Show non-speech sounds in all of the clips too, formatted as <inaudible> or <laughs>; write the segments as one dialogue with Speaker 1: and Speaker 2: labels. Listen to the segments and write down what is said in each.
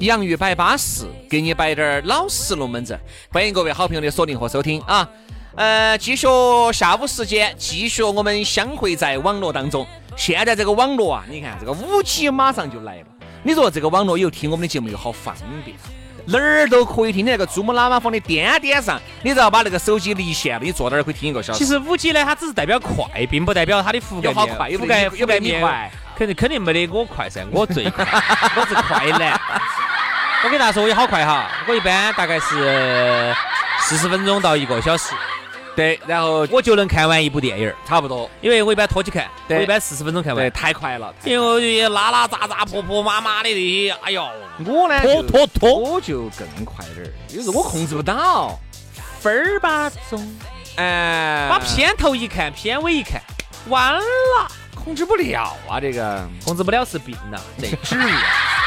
Speaker 1: 洋芋摆巴适，给你摆点儿老实龙门阵。欢迎各位好朋友的锁定和收听啊！呃，继续下午时间，继续我们相会在网络当中。现在这个网络啊，你看这个五 G 马上就来了，你说这个网络以后听我们的节目又好方便，哪儿都可以听。你那个珠穆朗玛峰的颠颠上，你只要把那个手机离线了，你坐那儿可以听一个小
Speaker 2: 其
Speaker 1: 时。
Speaker 2: 实五 G 呢，它只是代表快，并不代表它的覆盖
Speaker 1: 有好
Speaker 2: 面，
Speaker 1: 快有
Speaker 2: 覆盖
Speaker 1: 有
Speaker 2: 覆盖
Speaker 1: 比你
Speaker 2: 面
Speaker 1: 快，
Speaker 2: 肯定肯定没得我快噻，我最快，我是快男。 <laughs> 我给大家说，我也好快哈，我一般大概是四十分钟到一个小时，
Speaker 1: 对，然后
Speaker 2: 我就能看完一部电影儿，
Speaker 1: 差不多。
Speaker 2: 因为我一般拖起看，我
Speaker 1: 对
Speaker 2: 一般四十分钟看
Speaker 1: <laughs> 对，
Speaker 2: 完。
Speaker 1: 太快了。太
Speaker 2: 因为我就也拉拉杂杂、婆婆妈妈的那些，哎呦，
Speaker 1: 我呢，
Speaker 2: 拖
Speaker 1: 就
Speaker 2: 拖拖
Speaker 1: 我就更快点儿，有时候我控制不到。
Speaker 2: 分儿吧钟，
Speaker 1: 哎，
Speaker 2: 把片头一看，片尾一看，完了，
Speaker 1: 控制不了啊，这个
Speaker 2: 控制不了是病呐，那植物，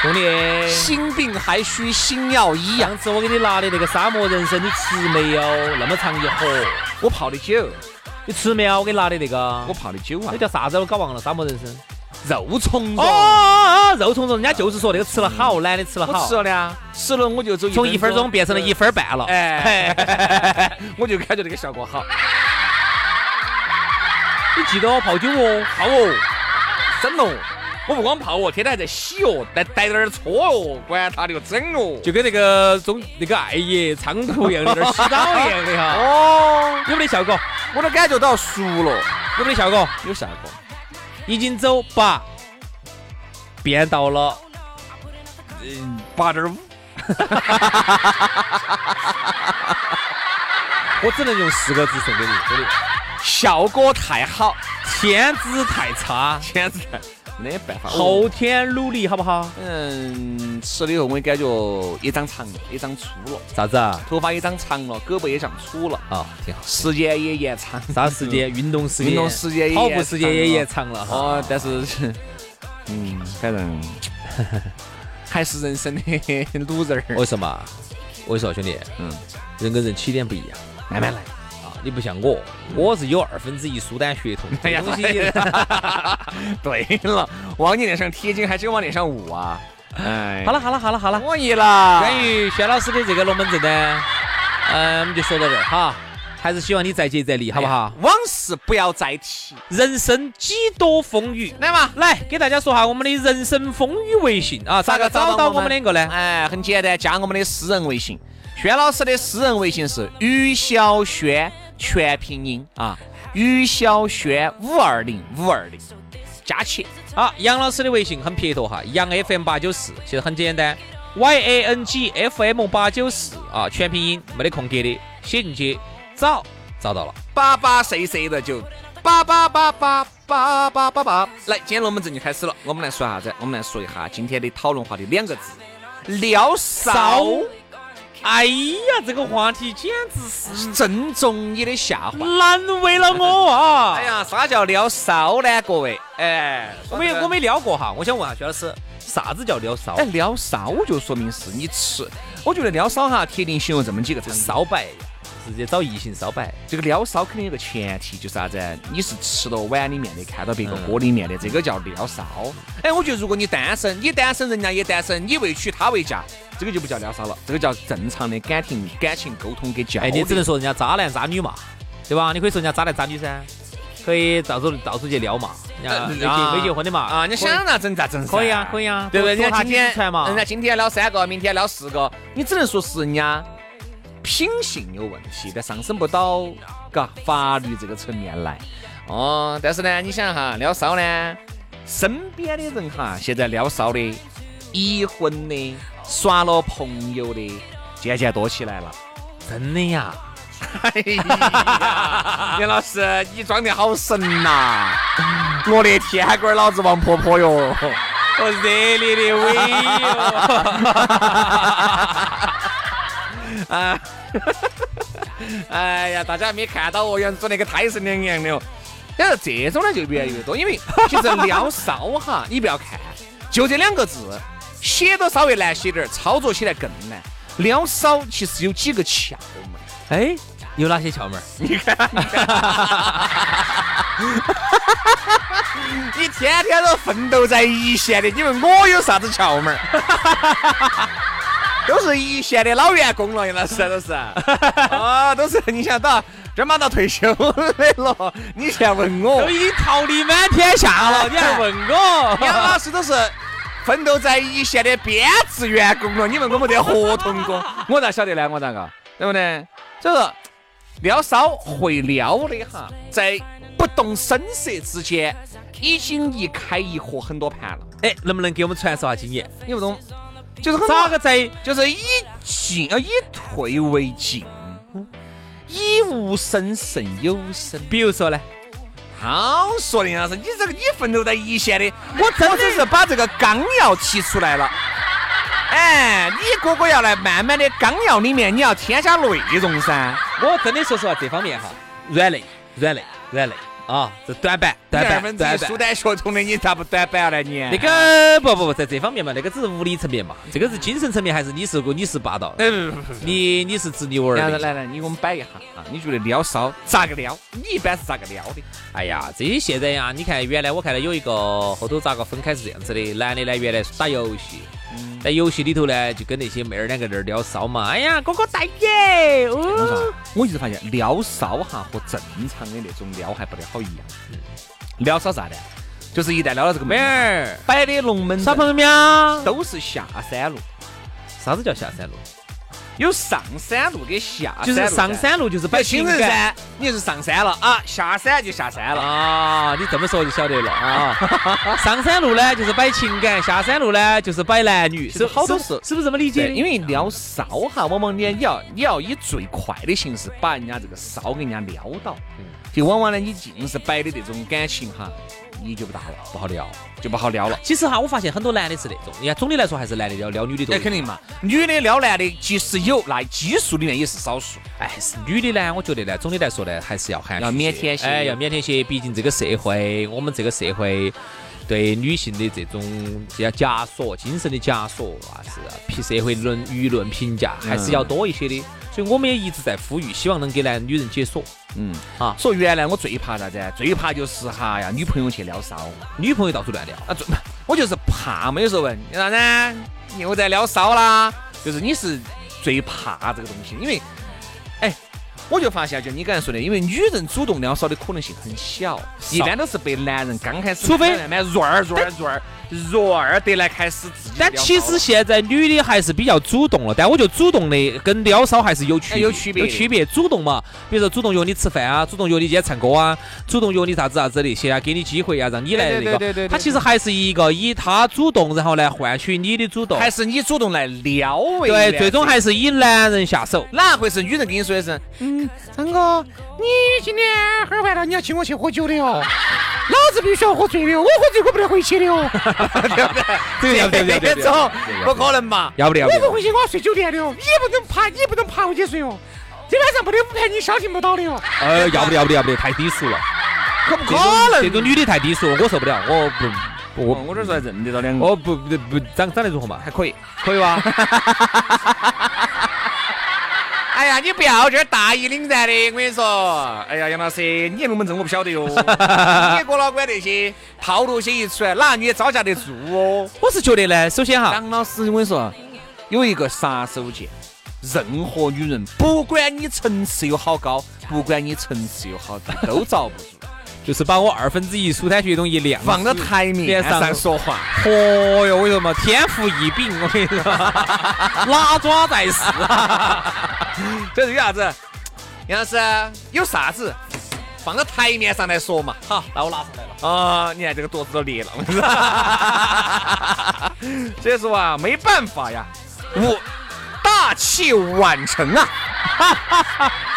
Speaker 2: 兄弟。
Speaker 1: 心病还需心药医呀、
Speaker 2: 上次我给你拿的那个沙漠人参，你吃没有？那么长一盒，
Speaker 1: 我泡的酒，啊
Speaker 2: 你吃没有？我给你拿的那个，
Speaker 1: 我泡的酒啊
Speaker 2: 那，叫啥子？我搞忘了，沙漠人参。
Speaker 1: 肉苁
Speaker 2: 哦
Speaker 1: 蓉，
Speaker 2: 哦哦，肉苁蓉，人家就是说那个吃了好，男的吃了
Speaker 1: 我
Speaker 2: 好
Speaker 1: 吃，了的啊，吃了我就走
Speaker 2: 从一分钟变成了一，分半了。
Speaker 1: 哎， <laughs> 我就感觉这个效果好，
Speaker 2: 你记得哦，泡酒哦。
Speaker 1: 泡哦，真哦。我不光泡哦，天天还在洗哦，带带点儿搓哦，管他的哟，整哦。
Speaker 2: 就跟那个中那个艾叶菖蒲一样的，那儿洗澡一样的 <laughs> 哈，
Speaker 1: 哦，
Speaker 2: 有没得效果？
Speaker 1: 我都感觉到熟了，
Speaker 2: 有没得效果？
Speaker 1: 有效果。
Speaker 2: 已经走八，变到了
Speaker 1: 嗯八点五，
Speaker 2: <laughs> 我只能用四个字送给你，真的，
Speaker 1: 效果太好，
Speaker 2: 天资太差，
Speaker 1: 简直没办法。哦
Speaker 2: 后天努力好不好？
Speaker 1: 嗯，吃了以后我也感觉也长长了，也长粗了，
Speaker 2: 啥子啊？
Speaker 1: 头发也长长了，胳膊也长粗了，
Speaker 2: 啊，挺好。
Speaker 1: 时间也延长，
Speaker 2: 啥时间？运动时间，
Speaker 1: 运动时间也
Speaker 2: 跑步时间也延
Speaker 1: 延
Speaker 2: 长了哈。
Speaker 1: 哦，但是， <laughs> 嗯，反正 <laughs> 还是人生的 <laughs> loser 儿。
Speaker 2: 为什么？我跟你说，兄弟，
Speaker 1: 嗯，
Speaker 2: 人跟人起点不一样
Speaker 1: 慢慢来，
Speaker 2: 啊！你不像我，我是有二分之一苏丹血统，
Speaker 1: <laughs> 哎呀
Speaker 2: 这东西
Speaker 1: 对了，往你脸上贴金，还真往脸上捂啊！哎，
Speaker 2: 好，了，好了，好了，好了。
Speaker 1: 可以了。
Speaker 2: 关于薛老师的这个龙门阵呢，嗯，我们就说到这儿哈。还是希望你再接再厉，好不好？
Speaker 1: 往事不要再提。
Speaker 2: 人生几多风雨，来嘛，来给大家说下我们的人生风雨微信啊，咋个找到我们两个呢？
Speaker 1: 哎，很简单，加我们的私人微信。轩老师的私人微信是于小轩，全拼音啊，于小轩五二零五二零，加起。
Speaker 2: 好，啊杨老师的微信很撇脱哈，杨 FM 八九四，其实很简单，Y A N G F M 八九四啊，全拼音，没得空格的，写进去找找到了。
Speaker 1: 巴巴谁谁的就巴巴巴巴巴巴巴巴。来，今天龙门阵就开始了，我们来说啥子？我们来说一下今天的讨论话题两个字：撩
Speaker 2: 骚
Speaker 1: 骚。，
Speaker 2: 哎呀，这个话题简直是
Speaker 1: 正中你的下怀。
Speaker 2: 难为了我啊！
Speaker 1: 哎，呀，啥叫撩骚呢？各位，哎，
Speaker 2: 我没我没撩过哈，我想问下薛老师，啥子叫撩骚
Speaker 1: 哎，？撩骚就说明是你吃，我觉得撩骚哈，铁定形容这么几个词。
Speaker 2: 骚摆，直接找异性骚摆。
Speaker 1: 这个撩骚肯定有个前提，就是啥子？你是吃到碗里面的，看到别个锅里面的，这个叫撩骚。
Speaker 2: 嗯
Speaker 1: 哎，我觉得如果你单身，你单身，人家也单身，你为娶她为嫁，啊这个就不叫撩骚了，这个叫正常的感情感情沟通跟交流。
Speaker 2: 哎，你只能说人家渣男渣女嘛，对吧？你可以说人家渣男渣女噻，可以到处到处去撩嘛，啊
Speaker 1: 呃
Speaker 2: 没
Speaker 1: 啊
Speaker 2: 结没结婚的嘛
Speaker 1: 啊，你想咋整咋整噻，
Speaker 2: 可以啊，可以啊，
Speaker 1: 对不对？
Speaker 2: 多
Speaker 1: 人
Speaker 2: 多下
Speaker 1: 家今
Speaker 2: 几
Speaker 1: 天
Speaker 2: 次出来嘛，
Speaker 1: 人家今天捞三个，明天捞四个，你只能说是人家品性有问题，但上升不到嘎法律这个层面来。哦，但是呢，你想哈，撩骚呢，身边的人哈，现在撩骚的、已婚的、耍了朋友的，渐渐多起来了。
Speaker 2: 真的呀，
Speaker 1: 哎 <laughs> 呀，杨老师，你装得好神呐、 <laughs> 我的天官儿老子王婆 <laughs> 婆哟！
Speaker 2: 我热烈的喂哟，
Speaker 1: <laughs> 哎呀，大家没看到哦，杨主那个胎神两样的哦。但是这种呢就越来越多，因为其实撩骚哈，你不要看，就这两个字，写都稍微难写点儿，操作起来更难。撩骚其实有几个窍门。
Speaker 2: 哎，有哪些窍门儿？
Speaker 1: 你天天都奋斗在一线的，你问我有啥子窍门儿？ <laughs> 都是一线的老员工了，杨老师都是，啊，都是你想到这儿马到退休的了，你现问我
Speaker 2: 都，已经桃李满天下
Speaker 1: <laughs>
Speaker 2: 了，你还问我？
Speaker 1: 杨老师都是奋斗在一线的编制员工了，你问我没得合同
Speaker 2: <laughs>
Speaker 1: 工，我咋晓得呢？我咋个，对不对？所以说，撩骚会撩的哈，在不动声色之间，已经一开一合很多盘了。
Speaker 2: 哎，能不能给我们传授下经验？
Speaker 1: 你不懂，就是很
Speaker 2: 咋个在
Speaker 1: 就是以进啊以退为进，以无声胜有声。
Speaker 2: 比如说呢？
Speaker 1: 好说的杨老师，你这个你奋斗在一线的，我真的是把这个纲要提出来了。哎，你哥哥要来慢慢的纲要里面你要添加内容噻。
Speaker 2: 我真的说实话，这方面哈，软肋、软肋、软肋啊，这短板、短
Speaker 1: 你二
Speaker 2: 板、
Speaker 1: 分之
Speaker 2: 短
Speaker 1: 一苏
Speaker 2: 板。
Speaker 1: 丹学通的，你咋不短板了你？
Speaker 2: 那个不不不，在这方面嘛，那个只是物理层面嘛，这个是精神层面，还是你是个你是霸道，
Speaker 1: 呃，
Speaker 2: 你你是执牛耳
Speaker 1: 然后
Speaker 2: 的。
Speaker 1: 来来，你给我们摆一下啊，你觉得撩骚咋个撩？你一般是咋个撩的？
Speaker 2: 哎呀，这些现在呀，你看原来我看到有一个后头咋个分开是这样子的，男的呢原来是打游戏。在游戏里头呢，就跟那些妹儿两个在那儿聊骚嘛。哎呀，哥哥大爷，
Speaker 1: 我
Speaker 2: 哦
Speaker 1: 说，我一直发现撩骚哈和正常的那种撩还不得好一样。撩骚啥呢？就是一旦撩到这个
Speaker 2: 妹
Speaker 1: 门儿，
Speaker 2: 儿，
Speaker 1: 摆的龙门
Speaker 2: 耍
Speaker 1: 阵
Speaker 2: 朋友喵。
Speaker 1: 都是下三路，
Speaker 2: 啥子叫下山路？
Speaker 1: 有上三路跟下三
Speaker 2: 就
Speaker 1: 路噻
Speaker 2: 是上山啊路，哎就是摆
Speaker 1: 摆青
Speaker 2: 情
Speaker 1: 人
Speaker 2: 感
Speaker 1: 山，你是上山了啊，下山就下山了。
Speaker 2: 啊，你这么说就晓得了啊。 <laughs> 上山路呢就是摆情感，下山路呢就是摆男女，
Speaker 1: 其
Speaker 2: 是
Speaker 1: 实好多
Speaker 2: 是
Speaker 1: 是
Speaker 2: 是不是这么理解
Speaker 1: 对，
Speaker 2: 的？
Speaker 1: 因为撩骚哈，往往呢，你要你要以最快的形式把人家这个骚给人家撩到，就往往呢，你尽是摆的这种感情哈，你就不大了，不好撩，就不好撩了。
Speaker 2: 其实哈，我发现很多男的是那种，你看总的来说还是男的撩撩女的多一点。
Speaker 1: 那哎肯定嘛，女的撩男的即使有，那基数里面也是少数。
Speaker 2: 哎，是女的呢，我觉得呢，总的来说呢，还是要含蓄
Speaker 1: 要腼腆些
Speaker 2: 哎，要腼腆些。毕竟这个社会，我们这个社会对女性的这种叫枷锁、精神的枷锁啊，是批社会论舆论评价还是要
Speaker 1: 嗯
Speaker 2: 多一些的。所以我们也一直在呼吁，希望能给男女人解锁。
Speaker 1: 嗯
Speaker 2: 啊
Speaker 1: 所以原来我最怕啥子？最怕就是哈呀，女朋友去撩骚
Speaker 2: 女朋友到处乱撩，
Speaker 1: 啊，最 <laughs> 我就是怕嘛。有时候问你啥子？你又在撩骚啦？就是你是最怕这个东西，因为，哎，我就发现，啊就你刚才说的，因为女人主动撩骚的可能性很小，一般都是被男人刚开始，
Speaker 2: 除非
Speaker 1: 慢慢弱儿弱儿弱儿弱儿得来开始自己撩骚了。
Speaker 2: 但其实现在女的还是比较主动了，但我觉得主动的跟撩骚还是有区
Speaker 1: 哎有区别
Speaker 2: 有区别。主动嘛，比如说主动约你吃饭啊，主动约你今天唱歌啊，主动约你啥子啥子那些啊，给你机会啊，让你来
Speaker 1: 对
Speaker 2: 那
Speaker 1: 对
Speaker 2: 个。
Speaker 1: 对对对对
Speaker 2: 他其实还是一个以他主动，然后来换取你的主动。
Speaker 1: 还是你主动来撩为
Speaker 2: 对，
Speaker 1: 良
Speaker 2: 最终还是以男人下
Speaker 1: <laughs>
Speaker 2: 手。
Speaker 1: 哪会是女人跟你说的是，嗯，张哥，你今天喝完了，你要请我去喝酒的哦，老子必须要喝醉的哦，我喝醉我不得回去的哦，对不对？
Speaker 2: 对不对对对对对
Speaker 1: 这种不可能嘛，
Speaker 2: 要不得，要不
Speaker 3: 我
Speaker 2: 得
Speaker 3: 不。回去，我要睡酒店的哦，你也不能爬，你也不能爬回去睡哦。今晚上没得午盘，你消停不到的哦。
Speaker 1: 哎
Speaker 2: 呃，要不得，要不得，要不得，太低俗了。
Speaker 1: 可不
Speaker 2: 这种这种女的太低俗，我受不了。我不，
Speaker 1: 我
Speaker 2: 我
Speaker 1: 我这儿说还认得到两个，
Speaker 2: 我不不不长长得如何嘛？
Speaker 1: 还可以。
Speaker 2: 可以吧？
Speaker 1: 哎呀，你不要这儿大义凛然的，我跟你说，哎呀，杨老师，你龙门阵我不晓得哟，你郭老倌那些套路些一出来，哪你也招架得住哦。
Speaker 2: 我是觉得呢，首先哈，
Speaker 1: 张老师，我跟你说，有一个杀手锏，任何女人，不管你层次有好高，不管你层次有好低，都遭不住。
Speaker 2: 就是把我二分之一舒坦学东一亮
Speaker 1: 放到台面
Speaker 2: 面
Speaker 1: 上
Speaker 2: 上
Speaker 1: 说话。
Speaker 2: 嚯哟，我跟你说嘛，天赋异禀，我跟你
Speaker 1: <laughs>
Speaker 2: 说，哪吒在世
Speaker 1: 这是有啥子？杨老师啊有啥子放到台面上来说嘛？好，那我拿上来了。啊、你看这个桌子都裂了。 <laughs> 我跟你说所以说啊，没办法呀，我大器晚成
Speaker 2: <laughs>
Speaker 1: 啊。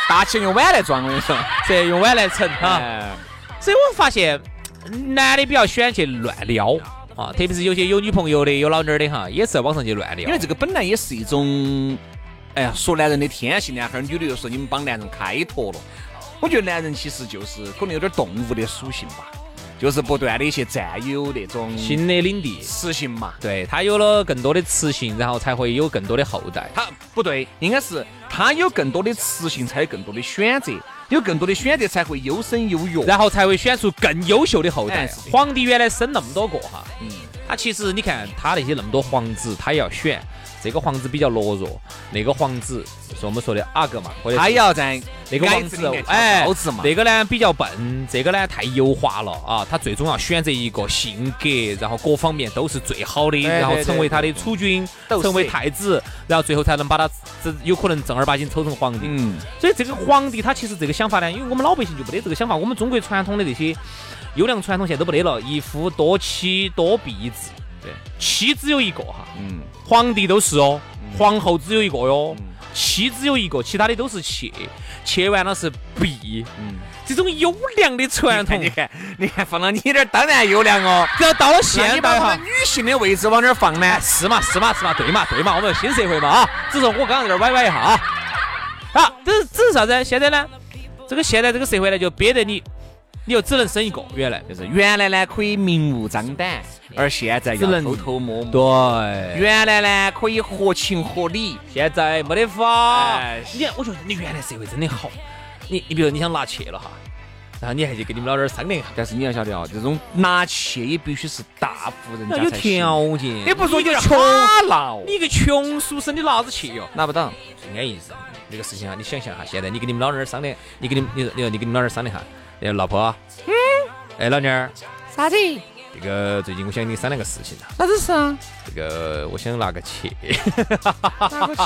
Speaker 1: 大器用碗来装，我跟你 <laughs> 说。
Speaker 2: 这用碗来盛哈。
Speaker 1: 啊，
Speaker 2: 所以我发现男的比较喜欢去乱撩啊，特别是有些有女朋友的、有老妞儿的哈，也是在网上去乱撩
Speaker 1: 因为。这个本来也是一种，哎呀，说男人的天性呢，哈儿女的又说你们帮男人开脱了。我觉得男人其实就是可能有点动物的属性吧，就是不断的去占有那种
Speaker 2: 新的领地，
Speaker 1: 雌性嘛。
Speaker 2: 对他有了更多的雌性，然后才会有更多的后代。
Speaker 1: 他不对，应该是他有更多的雌性，才有更多的选择，有更多的选择才会优生优育。
Speaker 2: 然后才会选出更优秀的后
Speaker 1: 哎
Speaker 2: 代
Speaker 1: 是的。
Speaker 2: 皇帝原来生那么多个哈，
Speaker 1: 嗯，
Speaker 2: 他其实你看他那些那么多皇子，他也要选这个皇子比较懦弱，那个皇子是我们说的阿哥嘛，或者是
Speaker 1: 他也要在
Speaker 2: 那个
Speaker 1: 矮
Speaker 2: 王
Speaker 1: 子
Speaker 2: 子
Speaker 1: 里面，挑
Speaker 2: 哎
Speaker 1: 高子嘛，。
Speaker 2: 那个呢比较笨，这个呢太油滑了啊。他最终要选择一个性格，然后各方面都是最好的，然后成为他的储君，
Speaker 1: 斗士
Speaker 2: 成为太子，然后最后才能把他这有可能正儿八经抽成皇帝。
Speaker 1: 嗯，
Speaker 2: 所以这个皇帝他其实这个想法呢，因为我们老百姓就没得这个想法，我们中国传统的这些优良传统现在都没得了，一夫多妻多婢制，
Speaker 1: 对，
Speaker 2: 妻只有一个哈，
Speaker 1: 嗯，
Speaker 2: 皇帝都是哦，皇后只有一个哟
Speaker 1: 嗯，
Speaker 2: 妻只有一个，其他的都是妾，妾完了是婢，
Speaker 1: 嗯
Speaker 2: 这种优良的传统
Speaker 1: 你，看，你看，放到你这儿当然优良哦。
Speaker 2: 这到了
Speaker 1: 那你
Speaker 2: 现
Speaker 1: 把
Speaker 2: 代
Speaker 1: 我
Speaker 2: 哈
Speaker 1: 们。女性的位置往哪儿放呢
Speaker 2: 哎，？是嘛是嘛是嘛，对嘛对嘛，我们有新社会嘛啊！只是我刚刚在这儿歪歪一下啊，啊，这是这是啥子？现在呢，这个现在这个社会呢，就憋得你，你就只能生一个，原来
Speaker 1: 就是原来呢可以明目张胆，而现在
Speaker 2: 只
Speaker 1: 要
Speaker 2: 能
Speaker 1: 偷偷摸摸。
Speaker 2: 对，
Speaker 1: 原来呢可以合情合理，
Speaker 2: 现在没得法
Speaker 1: 哎。
Speaker 2: 你看，我觉得你原来社会真的好，你你比如你想拿切了哈，然后你还去跟你们老爹儿商量一下，
Speaker 1: 但是你要晓得哦，这种拿切也必须是大户人家
Speaker 2: 要有
Speaker 1: 才行
Speaker 2: 条件，
Speaker 1: 你不说
Speaker 2: 你
Speaker 1: 你啊
Speaker 2: 个
Speaker 1: 穷
Speaker 2: 穷，
Speaker 1: 闹，
Speaker 2: 啊你一个穷书生，你拿着去哟？
Speaker 1: 拿不到。
Speaker 2: 应该意思。这个事情啊，你想象哈，现在你跟你们老娘儿商量，你跟你们，你你你跟你们老娘儿商量哈，哎，老婆，嗯，哎，老娘儿，
Speaker 3: 啥子？
Speaker 2: 这个最近我想跟你商量个事情啊，
Speaker 3: 啥子事啊？
Speaker 2: 这个我想拿个切，
Speaker 3: 拿个啊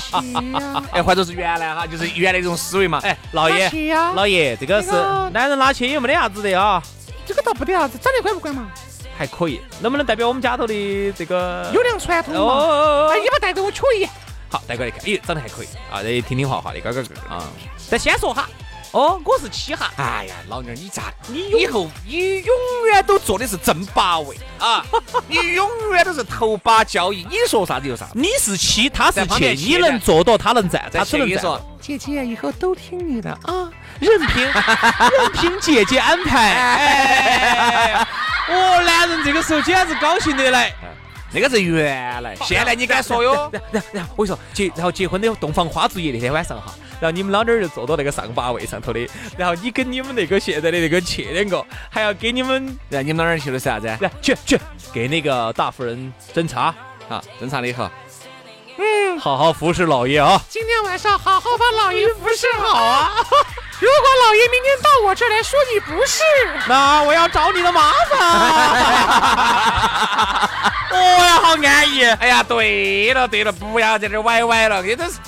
Speaker 3: 去呀！
Speaker 1: 哎，或者是原来哈，就是原来这种思维嘛。哎，
Speaker 2: 哎，老
Speaker 3: 拿
Speaker 2: 爷，
Speaker 3: 去呀！
Speaker 2: 老爷，这个是
Speaker 3: 那个
Speaker 2: 男人拿切也没得啥子的啊，
Speaker 3: 这个倒不得啥子，长得乖不乖嘛？
Speaker 2: 还可以，能不能代表我们家头的这个？
Speaker 3: 优良传统
Speaker 2: 哦
Speaker 3: 嘛。
Speaker 2: 哦，哦
Speaker 3: 哎，
Speaker 2: 哦
Speaker 3: 你把带给我瞧一眼。
Speaker 2: 好，带过来看，咦，长得还可以啊，这听听话话的，嘎嘎嘎啊。但先说哈，哦，我是七哈，
Speaker 1: 哎呀，老娘儿你咋？
Speaker 2: 你
Speaker 1: 以后你永远都做的是正八位
Speaker 2: <laughs>
Speaker 1: 啊，你永远都是头把交椅，你说啥子有啥子。
Speaker 2: 你是七，他
Speaker 1: 在
Speaker 2: 是
Speaker 1: 旁
Speaker 2: 妾，
Speaker 1: 边
Speaker 2: 你
Speaker 1: 切
Speaker 2: 能
Speaker 1: 的
Speaker 2: 做到，他能站，他只
Speaker 1: 跟
Speaker 2: 能
Speaker 1: 你
Speaker 2: 站。
Speaker 1: 说，
Speaker 3: 姐姐以后都听你的啊！
Speaker 2: 任凭任凭姐姐安排。哎，哦，男人这个时候简直高兴得来。
Speaker 1: 那个是原来，现在你敢说哟？
Speaker 2: 然然然后我跟你说结，然后结婚的洞房花烛夜那天晚上哈，然后你们老娘儿就坐到那个上八位上头的，然后你跟你们那个现在的那个妾两个，还要给你们
Speaker 1: 然后你们老娘儿去了是啥子？
Speaker 2: 来去去给那个大夫人斟茶，
Speaker 1: 啊，正常的以后，
Speaker 2: 好好服侍老爷啊。
Speaker 3: 嗯今天晚上好好把老爷服侍好啊！如果老爷明天到我这儿来说你不是，
Speaker 2: 那我要找你的麻
Speaker 1: <laughs>
Speaker 2: 烦。我哦呀，好安逸。
Speaker 1: 哎呀，对了对了，不要在这儿歪歪了，这都是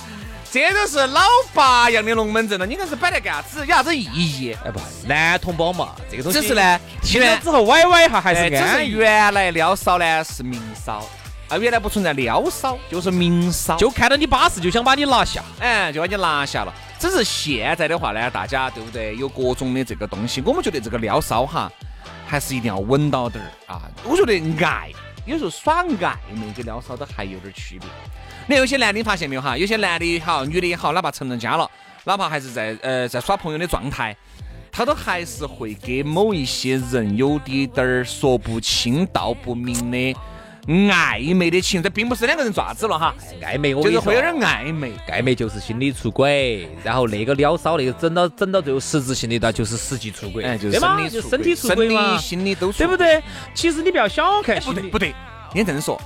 Speaker 1: 这都是老八样的龙门阵了，你硬是摆来干啥子？有啥子意义？
Speaker 2: 哎不，男同胞嘛，这个东西
Speaker 1: 只是，呢，
Speaker 2: 听了之后歪歪一下还
Speaker 1: 哎，
Speaker 2: 是
Speaker 1: 只是
Speaker 2: 安逸，
Speaker 1: 原来撩骚呢是明骚啊，原来不存在撩骚，就是明骚，
Speaker 2: 就看到你巴适就想把你拿下。
Speaker 1: 哎就把你拿下了。只是现在的话呢，大家对不对？有各种的这个东西，我们觉得这个撩骚哈，还是一定要稳到点儿啊。我觉得爱有时候耍暧昧跟撩骚都还有点区别。那有些男的你发现没有哈？有些男的也好，女的也好，哪怕成了家了，哪怕还是在呃在耍朋友的状态，他都还是会给某一些人有滴点儿说不清道不明的暧昧的情。这并不是两个人爪子了哈，
Speaker 2: 暧昧我
Speaker 1: 就
Speaker 2: 跟你
Speaker 1: 是
Speaker 2: 说
Speaker 1: 会有点暧昧。
Speaker 2: 暧昧就是心理出轨，然后那个撩骚那个整到整到最后实质性的那就是实际出轨，
Speaker 1: 哎，就是
Speaker 2: 对
Speaker 1: 生
Speaker 2: 吧
Speaker 1: 理
Speaker 2: 就
Speaker 1: 出
Speaker 2: 身体出轨
Speaker 1: 生理、
Speaker 2: 嘛，
Speaker 1: 心理都出
Speaker 2: 对不？对？其实你不要小看
Speaker 1: 不
Speaker 2: 心
Speaker 1: 对，
Speaker 2: 理
Speaker 1: 不，对，你这么说，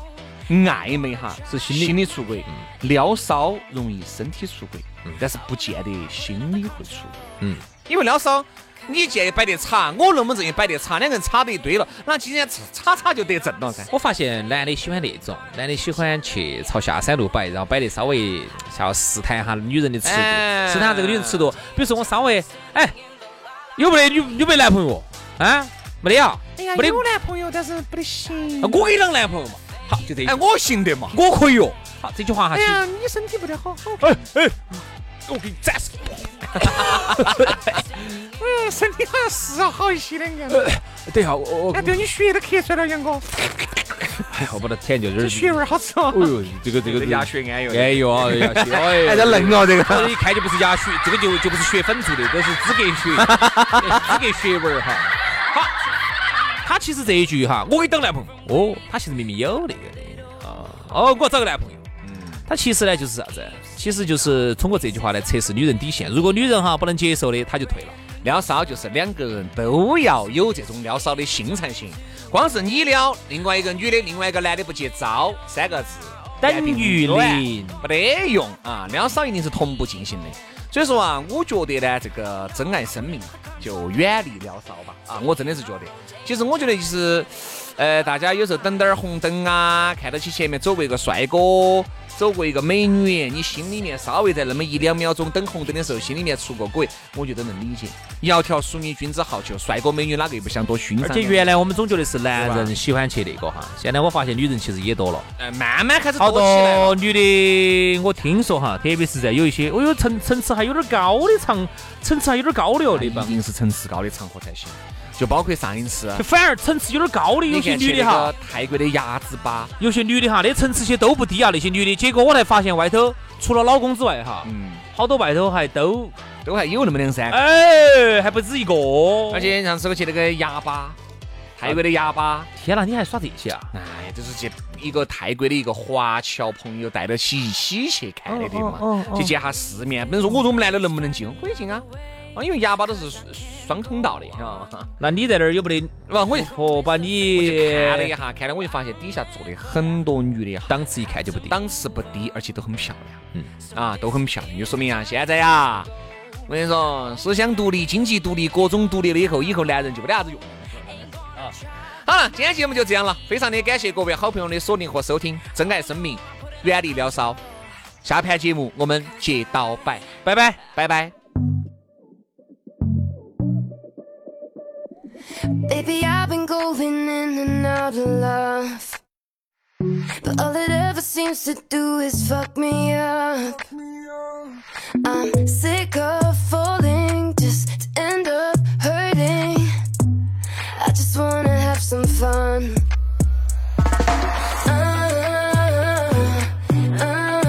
Speaker 1: 暧昧哈
Speaker 2: 是心嗯理
Speaker 1: 出轨，撩骚容易身体出轨，但是不见得心理会出轨。
Speaker 2: 嗯，
Speaker 1: 因为老骚，你建议摆得差，我龙门阵也摆得差，两个人差得一堆了，那今天差差就得正了噻。
Speaker 2: 我发现男的喜欢那种，男的喜欢去朝下三路摆，然后摆得稍微哎要试探一下女人的尺度，
Speaker 1: 哎
Speaker 2: 试探这个女人尺度。比如说我稍微，哎，有没得女有没得男朋友啊？没得啊，
Speaker 3: 哎呀，
Speaker 2: 没得，啊
Speaker 3: 有男朋友，但是不得行。
Speaker 2: 我给你当男朋友嘛。好，就这一句
Speaker 1: 哎，，我行得嘛。
Speaker 2: 我可以哦。好，这句话哈，
Speaker 3: 哎
Speaker 2: 其实
Speaker 3: 呀，你身体不太好，好，
Speaker 2: 哎我给你展示。
Speaker 3: <laughs> 嗯，身体好像是要好一些两个。
Speaker 2: 等一下，我我
Speaker 3: 哎，对，你血都咳出来了，杨哥，
Speaker 2: 哎我把它舔就有
Speaker 3: 这
Speaker 2: 点。
Speaker 3: 血味儿好吃哦
Speaker 2: 哎。呦，这个这个
Speaker 1: 鸭血安药，
Speaker 2: 哎呦，哎呀，哎呦，
Speaker 1: <laughs> 哦，这个
Speaker 2: 这一看就不是鸭血，这个就就不是血粉做的，这是止咳血，
Speaker 1: <laughs>
Speaker 2: 哎止咳血味儿哈。好，他其实这一句哈，我给你当男朋友。哦，他其实明明有那个的啊。哦，我要找个男朋友。
Speaker 1: 嗯
Speaker 2: 他其实呢就是啥子？其实就是通过这句话来测试女人底线。如果女人哈不能接受的，他就退了。
Speaker 1: 撩骚就是两个人都要有这种撩骚的心才行，光是你撩，另外一个女的，另外一个男的不接招，三个字
Speaker 2: 等于零
Speaker 1: 没得用啊！撩骚一定是同步进行的，所以说啊，我觉得呢，这个珍爱生命就远离撩骚吧啊！我真的是觉得，其实我觉得就是，呃，大家有时候等点儿红灯啊，看到起前面走过一个帅哥，走过一个美女，你心里面稍微在那么一两秒钟等红灯的时候，心里面出个轨，我觉得能理解。窈窕淑女，君子好逑，帅哥美女哪个又不想多欣赏
Speaker 2: 而
Speaker 1: 两
Speaker 2: 且
Speaker 1: 眼？
Speaker 2: 原来我们总觉得是男
Speaker 1: 是吧
Speaker 2: 人喜欢去那个哈，现在我发现女人其实也多了。
Speaker 1: 呃慢慢开始
Speaker 2: 好
Speaker 1: 多起来了。
Speaker 2: 多女的，我听说哈，特别是在有一些，哦哟，层层次还有点高的场，层次还有点高的哦，那
Speaker 1: 一
Speaker 2: 帮。
Speaker 1: 定是层次高的场合才行，就包括上一次啊
Speaker 2: 就反而层次有点高的， <laughs> 有
Speaker 1: 你
Speaker 2: 些
Speaker 1: 看
Speaker 2: 女
Speaker 1: 去
Speaker 2: 的
Speaker 1: 那
Speaker 2: 哈
Speaker 1: 个，泰国的鸭子吧，
Speaker 2: 有些女的哈，那层次些都不低啊，那些女的。结果我才发现外头除了老公之外哈，
Speaker 1: 嗯，
Speaker 2: 好多外头还都，
Speaker 1: 都还有那么两三个，
Speaker 2: 哎，还不止一个。
Speaker 1: 而，且上次我去那个鸭吧，泰国的鸭吧，
Speaker 2: 天哪，你还耍这些啊？
Speaker 1: 哎，就是去一个泰国的一个华侨朋友带到起一起去看的的
Speaker 2: 哦
Speaker 1: 嘛，去见下世面。本来说我说我们来了能不能进？我可以进啊，啊，因为鸭吧都是双通道的，你知道吗？
Speaker 2: 那你在那儿有没得？
Speaker 1: 然后我就
Speaker 2: 哦，把
Speaker 1: 我就
Speaker 2: 你
Speaker 1: 看了一下，看了我就发现底下坐的很多女的呀，
Speaker 2: 档次一看就不低。
Speaker 1: 档次不低，而且都很漂亮，
Speaker 2: 嗯
Speaker 1: 啊，都很漂亮，就说明啊，现在呀、我跟你说，思想独立、经济独立、各种独立了以后，以后男人就没得啥子用了。
Speaker 2: 哎
Speaker 1: 啊，好了，今天节目就这样了，非常的感谢各位好朋友的锁定和收听，珍爱生命，远离撩骚。下盘节目我们接到摆，
Speaker 2: 拜拜。
Speaker 1: 拜拜。
Speaker 4: Baby, I've been going in and out of love. But all it ever seems to do is fuck me up. I'm sick of falling just to end up hurting. I just wanna have some fun. Uh, Ah,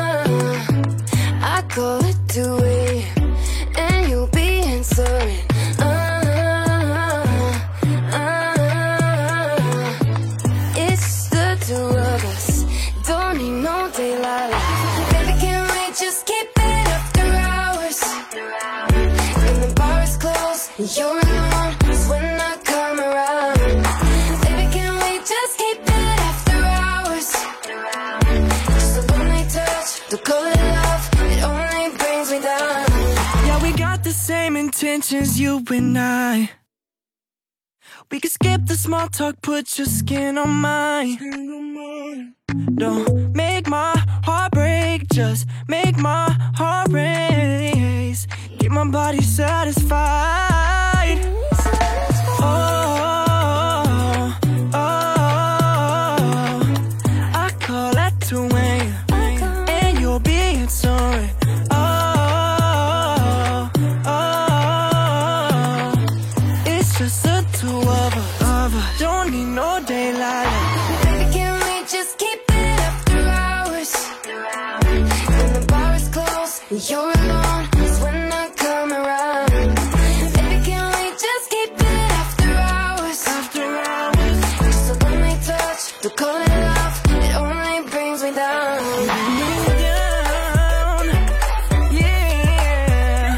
Speaker 4: ah, I call it two way, and you'll be answering. Uh, Ah, ah, it's the two of us. Don't need no daylight. Baby, can we just keep it after hours? When the bar is closed, and you're the one that's when I come around. Baby, can we just keep it after hours? Just a one-night touch, to call it love, it only brings me down.
Speaker 5: Yeah, we got the same intentions, you and I. We could skip the small talk, put your skin on mine. Don't make my heart break, just make my heart race. Get my body satisfied. Oh, oh, oh. I call that to win. And you'll be sorry. Oh, oh, oh. It's just the two of us. Of us. Don't need no daylight.
Speaker 4: Baby, can we just keep it after hours? When the bar is closed and you're alone, that's when I come around. Baby, can we just keep it after hours?
Speaker 5: After hours.
Speaker 4: Just a one-night touch, to call it love, it only brings me down.
Speaker 5: Down. Yeah.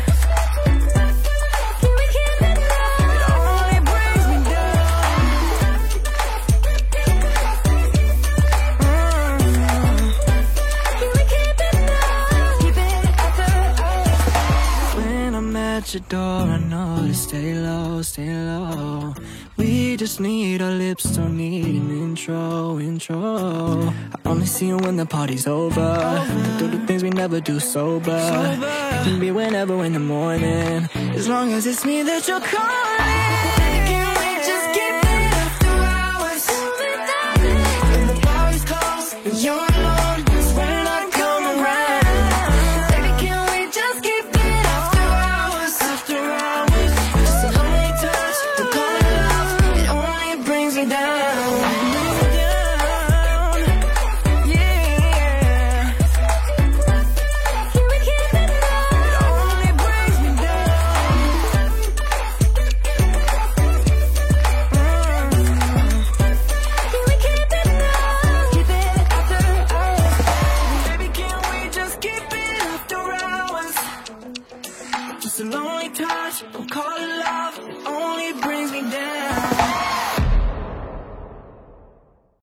Speaker 4: Can we keep it love?
Speaker 5: It only brings me down. Mm. Mm.
Speaker 4: Can we keep it love? Keep it after hours.
Speaker 5: at your door, I know to stay low, stay low. We just need our lips, don't need an intro, intro. I only see you when the party's over. Do the things we never do sober. It can be whenever in the morning, as long as it's me that you're calling.